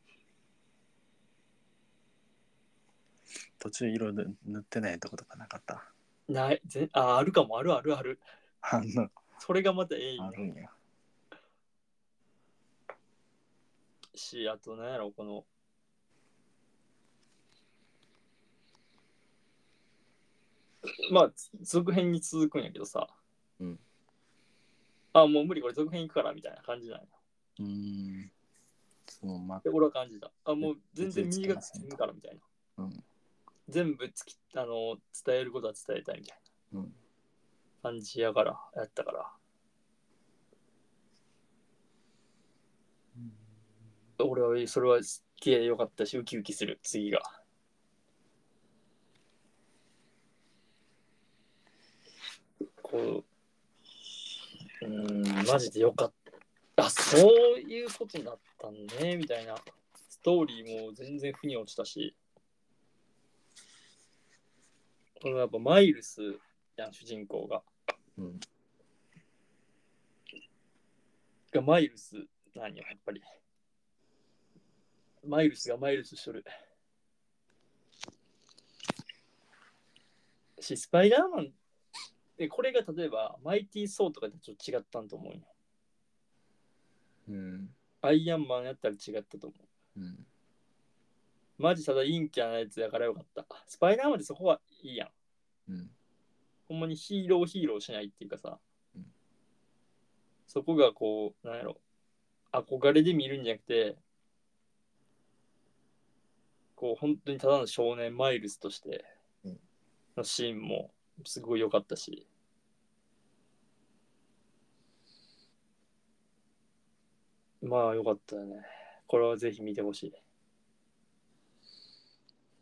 Speaker 2: 途中色塗ってないとことかなかった。
Speaker 1: ないぜあーあるかも、あるあるある。
Speaker 2: [LAUGHS] あんな、
Speaker 1: それがまたええ
Speaker 2: あるんや。
Speaker 1: し、あとなんやろ、この、まあ、つ続編に続くんやけどさ。
Speaker 2: うん
Speaker 1: あ、もう無理、これ続編行くから、みたいな感じなんや。
Speaker 2: うーん。そう、ま、
Speaker 1: で俺は感じた。あ、もう全然右がつくからみたいな。
Speaker 2: うん
Speaker 1: 全部つきあの伝えることは伝えたいみたいな
Speaker 2: うん
Speaker 1: 感じやから、やったから。俺はそれはすっげえ良かったし、ウキウキする、次が。こう、うーん、マジで良かった。あ、そういうことになったんね、みたいな。ストーリーも全然腑に落ちたし。このやっぱマイルスやん、主人公が。
Speaker 2: うん
Speaker 1: がマイルスなんよ、やっぱり。マイルスがマイルスしとる。し、スパイダーマンで、これが例えば、マイティー・ソーとかとちょっと違ったんと思うよ。
Speaker 2: うん。
Speaker 1: アイアンマンやったら違ったと思う。
Speaker 2: うん。
Speaker 1: マジただ陰キャなやつだからよかった。スパイダーマンでそこはいいやん。
Speaker 2: うん。
Speaker 1: ほんまにヒーローヒーローしないっていうかさ、
Speaker 2: うん
Speaker 1: そこがこう、なんやろ、憧れで見るんじゃなくて、こう、本当にただの少年マイルスとして
Speaker 2: うん
Speaker 1: のシーンもすごい良かったし。まあ良かったよね。これはぜひ見てほしい。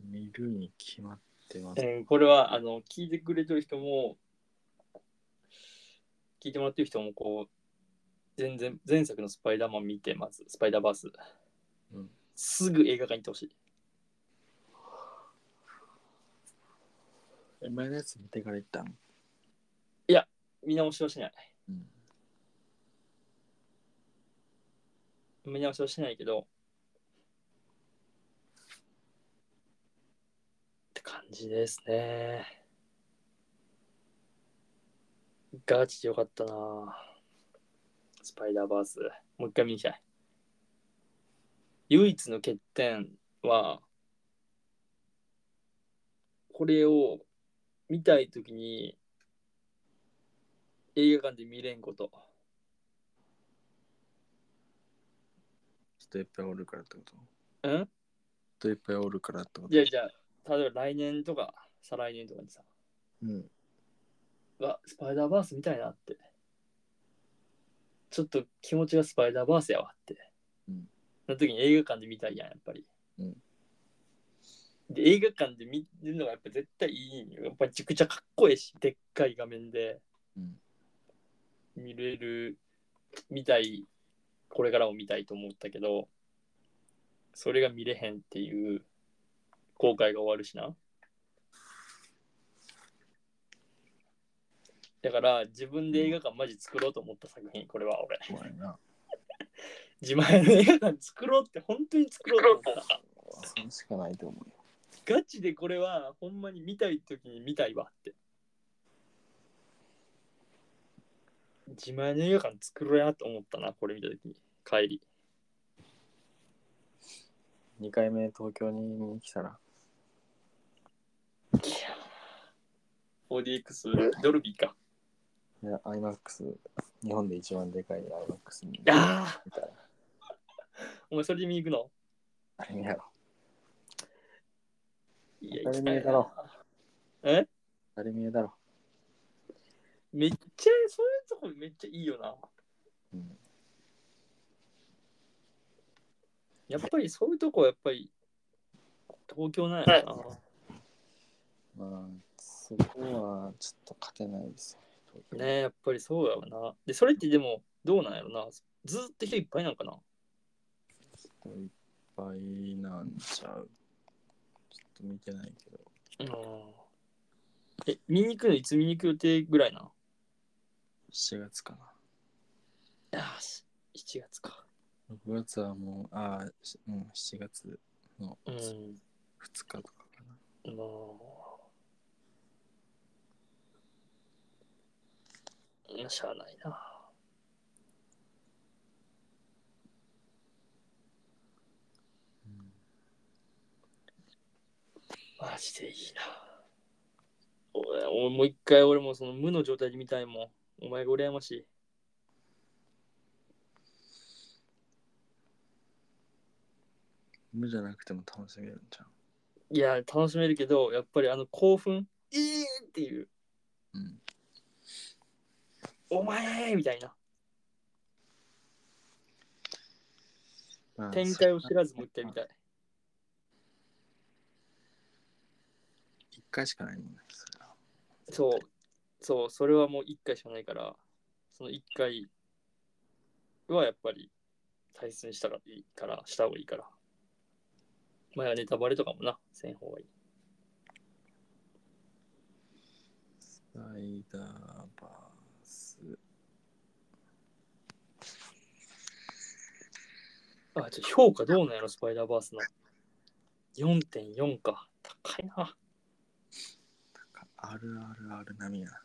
Speaker 2: 見るに決まってます。
Speaker 1: えーこれはあの聞いてくれてる人も聞いてもらってる人もこう全然前作のスパイダーマン見てまずスパイダーバース、
Speaker 2: うん
Speaker 1: すぐ映画館行ってほしい
Speaker 2: 前のやつ見てから行ったん。
Speaker 1: 見直しはしない
Speaker 2: うん。
Speaker 1: 見直しはしないけどって感じですねガチでよかったなスパイダーバースもう一回見に行きたい唯一の欠点はこれを見たいときに映画館で見れんこと。
Speaker 2: 人いっぱいおるからってこと
Speaker 1: うん
Speaker 2: 人いっぱいおるからってこと
Speaker 1: じゃあじゃあ、例えば来年とか、再来年とかにさ、
Speaker 2: うん。
Speaker 1: うわ、スパイダーバースみたいなって。ちょっと気持ちがスパイダーバースやわって。
Speaker 2: うん
Speaker 1: な時に映画館で見たいやん、やっぱり。
Speaker 2: うん
Speaker 1: で映画館で見るのがやっぱ絶対いいんよ。やっぱめちゃくちゃかっこいいし、でっかい画面で
Speaker 2: うん
Speaker 1: 見れる、見たい、これからも見たいと思ったけど、それが見れへんっていう後悔が終わるしな。だから自分で映画館マジ作ろうと思った作品、これは俺。
Speaker 2: 怖いな。
Speaker 1: 自前の映画館作ろうって本当に作ろうと思った。
Speaker 2: それしかないと思うよ。
Speaker 1: ガチでこれはほんまに見たい時に見たいわって。自前の映画館作ろうやと思ったな、これ見た時に。帰り。
Speaker 2: 2回目東京に来たら、
Speaker 1: 4DX、ドルビーか。
Speaker 2: いや、IMAX、日本で一番でかい IMAX に。
Speaker 1: あ
Speaker 2: みたいな。
Speaker 1: あ、お前それで見に行くの
Speaker 2: あれ見やろ。
Speaker 1: いや、
Speaker 2: 当たり前
Speaker 1: 行きた
Speaker 2: だ
Speaker 1: いな
Speaker 2: ろ
Speaker 1: え
Speaker 2: あれ見えだろ。
Speaker 1: めっちゃ、そういうとこめっちゃいいよな。
Speaker 2: うん。
Speaker 1: やっぱりそういうとこはやっぱり東京なんやな。
Speaker 2: まあ、そこはちょっと勝てないですよ。東京
Speaker 1: ねえやっぱりそうやわな。で、それってでもどうなんやろな。ずーっと人いっぱいなんかな。
Speaker 2: 人いっぱいなんちゃう。ちょっと見てないけど。
Speaker 1: うん。え、見に行くのいつ見に行く予定ぐらいなの
Speaker 2: 7月かな。
Speaker 1: ああ、し7月か。
Speaker 2: 6月はもう、ああ、しうん、7月の
Speaker 1: う
Speaker 2: 2
Speaker 1: ん。
Speaker 2: 日とかかな。
Speaker 1: まあ。うんしゃあないな。
Speaker 2: うん
Speaker 1: マジでいいな。俺、俺もう一回俺もその無の状態で見たいもん。お前が羨ましい。
Speaker 2: 無じゃなくても楽しめるんじゃん。
Speaker 1: いや、楽しめるけど、やっぱりあの興奮、いいっていう、
Speaker 2: うん。
Speaker 1: お前みたいな
Speaker 2: まあ
Speaker 1: 展開を知らずもう一回見たい。
Speaker 2: 一回しかないもんね。それは
Speaker 1: そう、そう、それはもう一回しかないから、その一回はやっぱり大切にしたらいいから、した方がいいから。前はネタバレとかもな、せん方がいい。
Speaker 2: スパイダーバース。
Speaker 1: あ、じゃあ評価どうなんやろ、スパイダーバースの。4.4か。高いな。
Speaker 2: あるあるある波やな。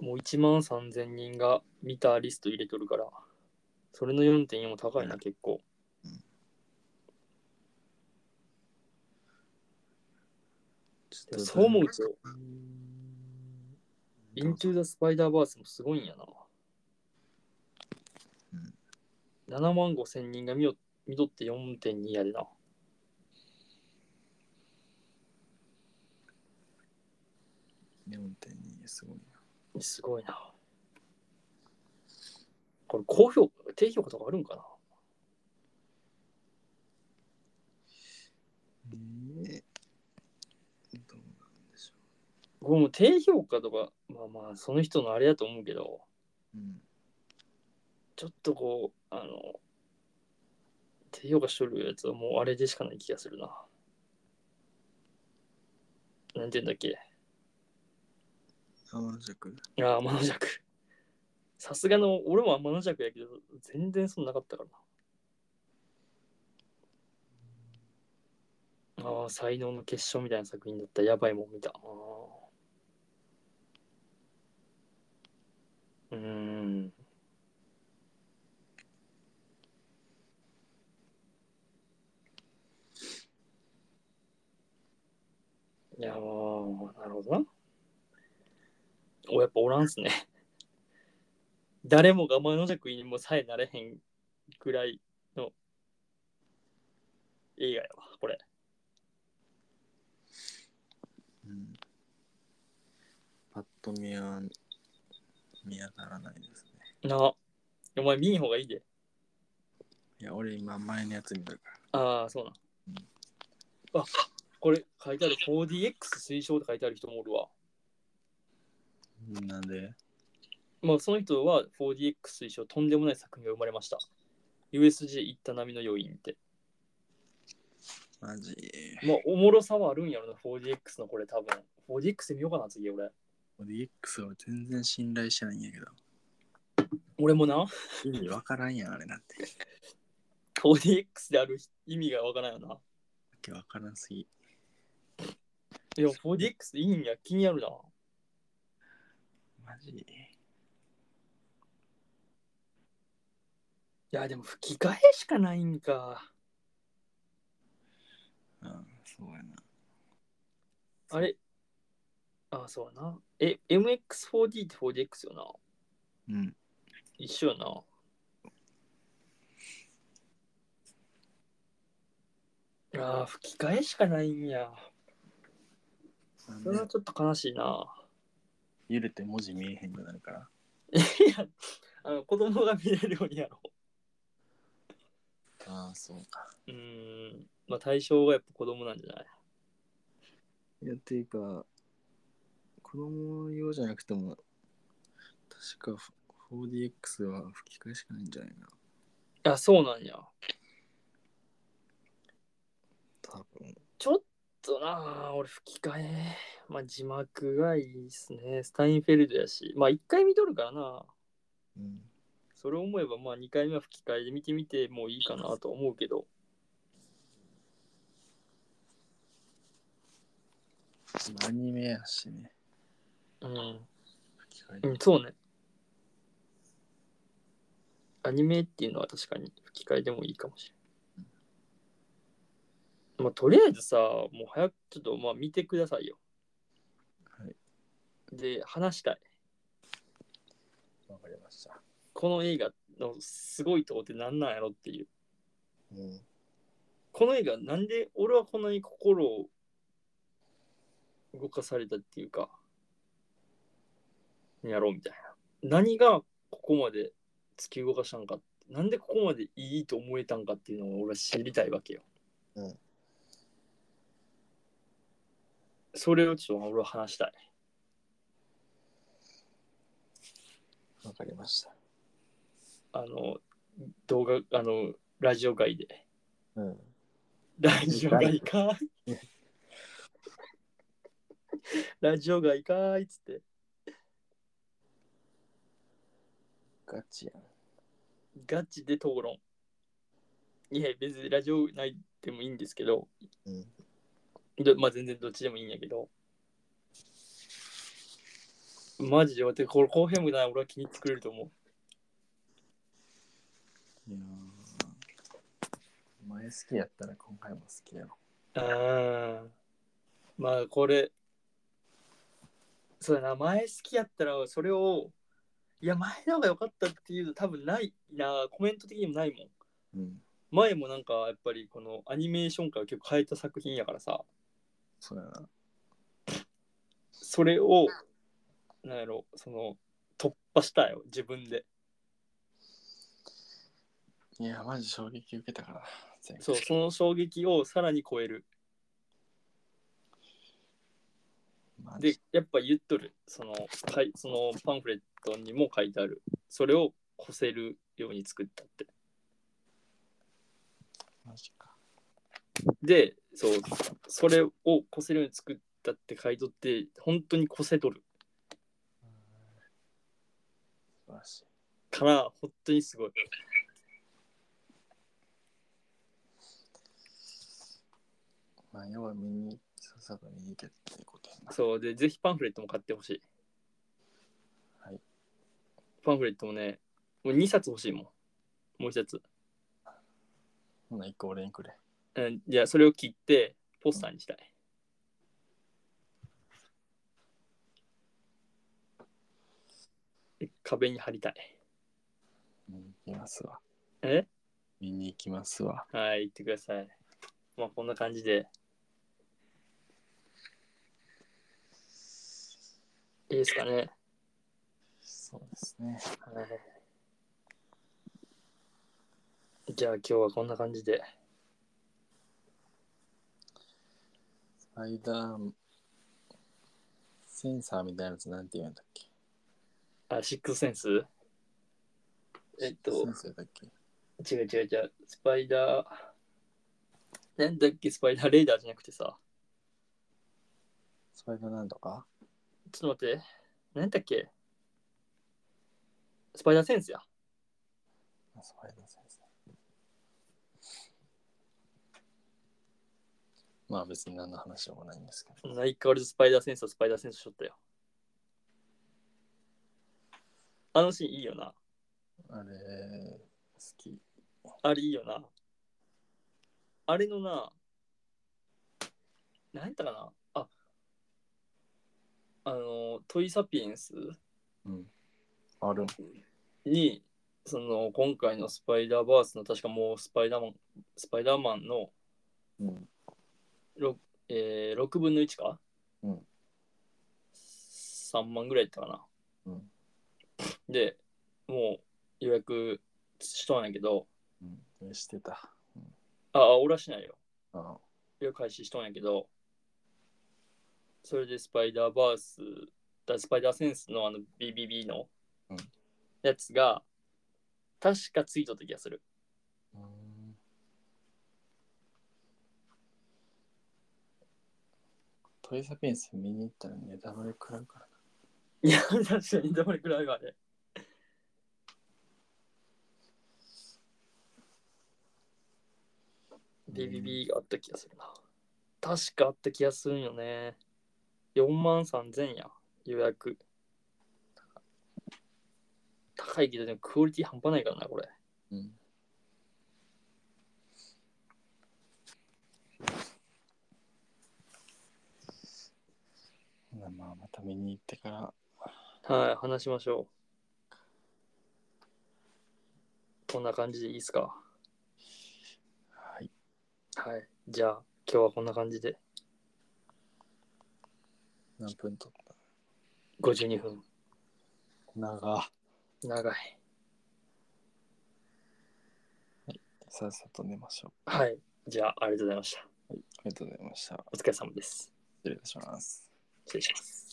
Speaker 1: もう1万3000人が見たリスト入れとるから、それの4.4も高いな、結構。
Speaker 2: ちょ
Speaker 1: で
Speaker 2: っ
Speaker 1: も
Speaker 2: と
Speaker 1: そう思うと、
Speaker 2: うん
Speaker 1: イントゥ・ザ・スパイダーバースもすごいんやな。
Speaker 2: うん
Speaker 1: 7万5千人が見よ見とって4.2やでな。
Speaker 2: 4.2すごいな。
Speaker 1: すごいな。これ、高評価、低評価とかあるんかな
Speaker 2: ええどうなんでしょ
Speaker 1: 僕も低評価とか、まあまあ、その人のあれだと思うけど、
Speaker 2: う。うん。
Speaker 1: ちょっとこう、あの、低評価しとるやつはもうあれでしかない気がするな。なんて言うんだっけ
Speaker 2: 天の弱
Speaker 1: ああ、天の弱。さすがの、俺も天の弱やけど、全然そんなかったからな。ああ、才能の結晶みたいな作品だった。やばいもん見た。あーうーん。いや、まあなるほどな。おやっぱおらんっすね。 [LAUGHS] 誰もが天の弱にもさえなれへんぐらいの映画やわ、これ。
Speaker 2: うんパッと見は見当たらないですね。
Speaker 1: なあ。お前見ん方がいいで。
Speaker 2: いや、俺今前のやつ見たから。
Speaker 1: ああ、そうなん。あこれ書いてある 4DX 推奨って書いてある人もおるわ。
Speaker 2: うんなんで
Speaker 1: まあ、その人は 4DX 推奨とんでもない作品が生まれました。USJ 行った波の要因って。
Speaker 2: マジ。
Speaker 1: まあ、おもろさはあるんやろな、4DX のこれ多分。4DX で見ようかな、次俺。
Speaker 2: DX 俺全然信頼してないんやけど。
Speaker 1: 俺もな、
Speaker 2: 意味わからんやん、あれなんて。わ
Speaker 1: 4DX である意味がわからんよな。
Speaker 2: けわからんすぎ。
Speaker 1: いや、4DX でいいんや、気になるな。
Speaker 2: マジ。
Speaker 1: いや、でも吹き替えしかないんか。
Speaker 2: うん、そうやな。
Speaker 1: あれああ、そうやな。え、MX4D って 4DX よな。
Speaker 2: うん。
Speaker 1: 一緒やな。ああ、吹き替えしかないんや。それ
Speaker 2: な
Speaker 1: は
Speaker 2: んで
Speaker 1: ちょっと悲しいな。 [LAUGHS]
Speaker 2: 揺れて文字見えへんくなるから。
Speaker 1: いや、あの子供が見れるようにやろ
Speaker 2: ああ、そうか。
Speaker 1: う。うーん。まあ対象がやっぱ子供なんじゃない
Speaker 2: いや、っていうか、子供用じゃなくても、確か 4DX は吹き替えしかないんじゃないかな。
Speaker 1: あ、そうなんや。
Speaker 2: 多分。
Speaker 1: ちょっとなあ、俺吹き替え。まあ字幕がいいっすね。スタインフェルドやし。まあ一回見とるからな。
Speaker 2: うん。
Speaker 1: それを思えばまあ2回目は吹き替えで見てみてもいいかなと思うけど。
Speaker 2: アニメやしね。
Speaker 1: うん。
Speaker 2: 吹き替え
Speaker 1: うん、そうね。アニメっていうのは確かに吹き替えでもいいかもしれん。まあ、とりあえずさ、もう早くちょっとまあ見てくださいよ。
Speaker 2: はい。
Speaker 1: で、話したい。
Speaker 2: わかりました。
Speaker 1: この映画のすごいとこって何なんやろっていう。
Speaker 2: うん。
Speaker 1: この映画、なんで俺はこんなに心を動かされたっていうか、やろうみたいな。何がここまで突き動かしたんか、なんでここまでいいと思えたんかっていうのを俺は知りたいわけよ。
Speaker 2: うん
Speaker 1: それをちょっと俺は話したい。
Speaker 2: わかりました。
Speaker 1: あの、動画、あの、ラジオ外で。
Speaker 2: うん。
Speaker 1: ラジオ外か
Speaker 2: [LAUGHS]
Speaker 1: いラジオ外かいっつって。
Speaker 2: ガチやん。
Speaker 1: ガチで討論。いや、別にラジオないでもいいんですけど、
Speaker 2: うん
Speaker 1: どまあ全然どっちでもいいんやけど。マジで、待って、これ、後編もな、俺は気に入ってくれると思う。
Speaker 2: いやー前好きやったら今回も好きやろ。
Speaker 1: ああ。まあ、これ、そうだな、前好きやったら、それを、いや、前の方が良かったっていうの多分ないな、コメント的にもないもん。
Speaker 2: うん。
Speaker 1: 前もなんか、やっぱりこのアニメーションから結構変えた作品やからさ。
Speaker 2: そうやな。
Speaker 1: それを、なんやろ、その、突破したよ、自分で。
Speaker 2: いや、マジ衝撃受けたから。前回
Speaker 1: そう、その衝撃をさらに超える。
Speaker 2: マジ
Speaker 1: で、やっぱ言っとる、その、かいそのパンフレットにも書いてある。それを越せるように作ったって。
Speaker 2: マジか。
Speaker 1: で、そう、それを越せるように作ったって書いとって、本当に越せとる
Speaker 2: 素晴らしい。
Speaker 1: から、本当にすごい。
Speaker 2: まあ、要は見に、さっさと見に行けっていうことやな。
Speaker 1: そう、で、ぜひパンフレットも買ってほしい。
Speaker 2: はい。
Speaker 1: パンフレットもね、もう2冊欲しいもん。もう1冊。
Speaker 2: ほな、一個俺にくれ。
Speaker 1: うん、じゃあそれを切ってポスターにしたい。壁に貼りたい。
Speaker 2: 見に行きますわ。
Speaker 1: え
Speaker 2: 見に行きますわ。
Speaker 1: はい、言ってください。まあ、こんな感じで。いいですかね。
Speaker 2: そうですね。
Speaker 1: はい。じゃあ、今日はこんな感じで。
Speaker 2: スパイダーセンサーみたいなやつなんて言うんだっけ
Speaker 1: あ、シックスセンスえっと、
Speaker 2: センサーだっけ
Speaker 1: 違う違う違う。スパイダー、なんだっけ、スパイダーレーダーじゃなくてさ。
Speaker 2: スパイダーなんとか
Speaker 1: ちょっと待って。なんだっけスパイダーセンスや。
Speaker 2: スパイダーセンサー。まあ別に何の話でもないんですけど。
Speaker 1: 相変わらずスパイダーセンスはスパイダーセンスしとったよ。あのシーンいいよな。
Speaker 2: あれ、好き。
Speaker 1: あれいいよな。あれのな、なんやったかなあ、あの、トイサピエンス
Speaker 2: うん。ある。
Speaker 1: に、その、今回のスパイダーバースの、確かもうスパイダーマン、スパイダーマンの、
Speaker 2: うん。
Speaker 1: ろえー、6分の1か、
Speaker 2: うん、
Speaker 1: 3万ぐらいやったかな、
Speaker 2: うん
Speaker 1: でもう予約しとんやけど
Speaker 2: うん。してた。
Speaker 1: ああ俺はしないよ
Speaker 2: あ
Speaker 1: 予約開始しとんやけどそれでスパイダーバースだスパイダーセンスのあの BBB の
Speaker 2: うん
Speaker 1: やつが、確かついとった気がする
Speaker 2: うん。トイサピエンス見に行ったらネタバレ食らうから
Speaker 1: いや確かにどれくらいまで
Speaker 2: な。
Speaker 1: BBB があった気がするな。確かあった気がするんよね。4万3000や、予約。高いけど、でもクオリティ半端ないからな、これ。
Speaker 2: うん。まあまあまた見に行ってから
Speaker 1: はい、話しましょう。こんな感じでいいですか
Speaker 2: はい
Speaker 1: はい。じゃあ、今日はこんな感じで
Speaker 2: 何分とった
Speaker 1: 52分。
Speaker 2: 長っ
Speaker 1: 長い。
Speaker 2: さっさと寝ましょう
Speaker 1: はい。じゃあ、ありがとうございました。
Speaker 2: ありがとうございました
Speaker 1: お疲れ様です。
Speaker 2: 失礼いたします
Speaker 1: 失礼します。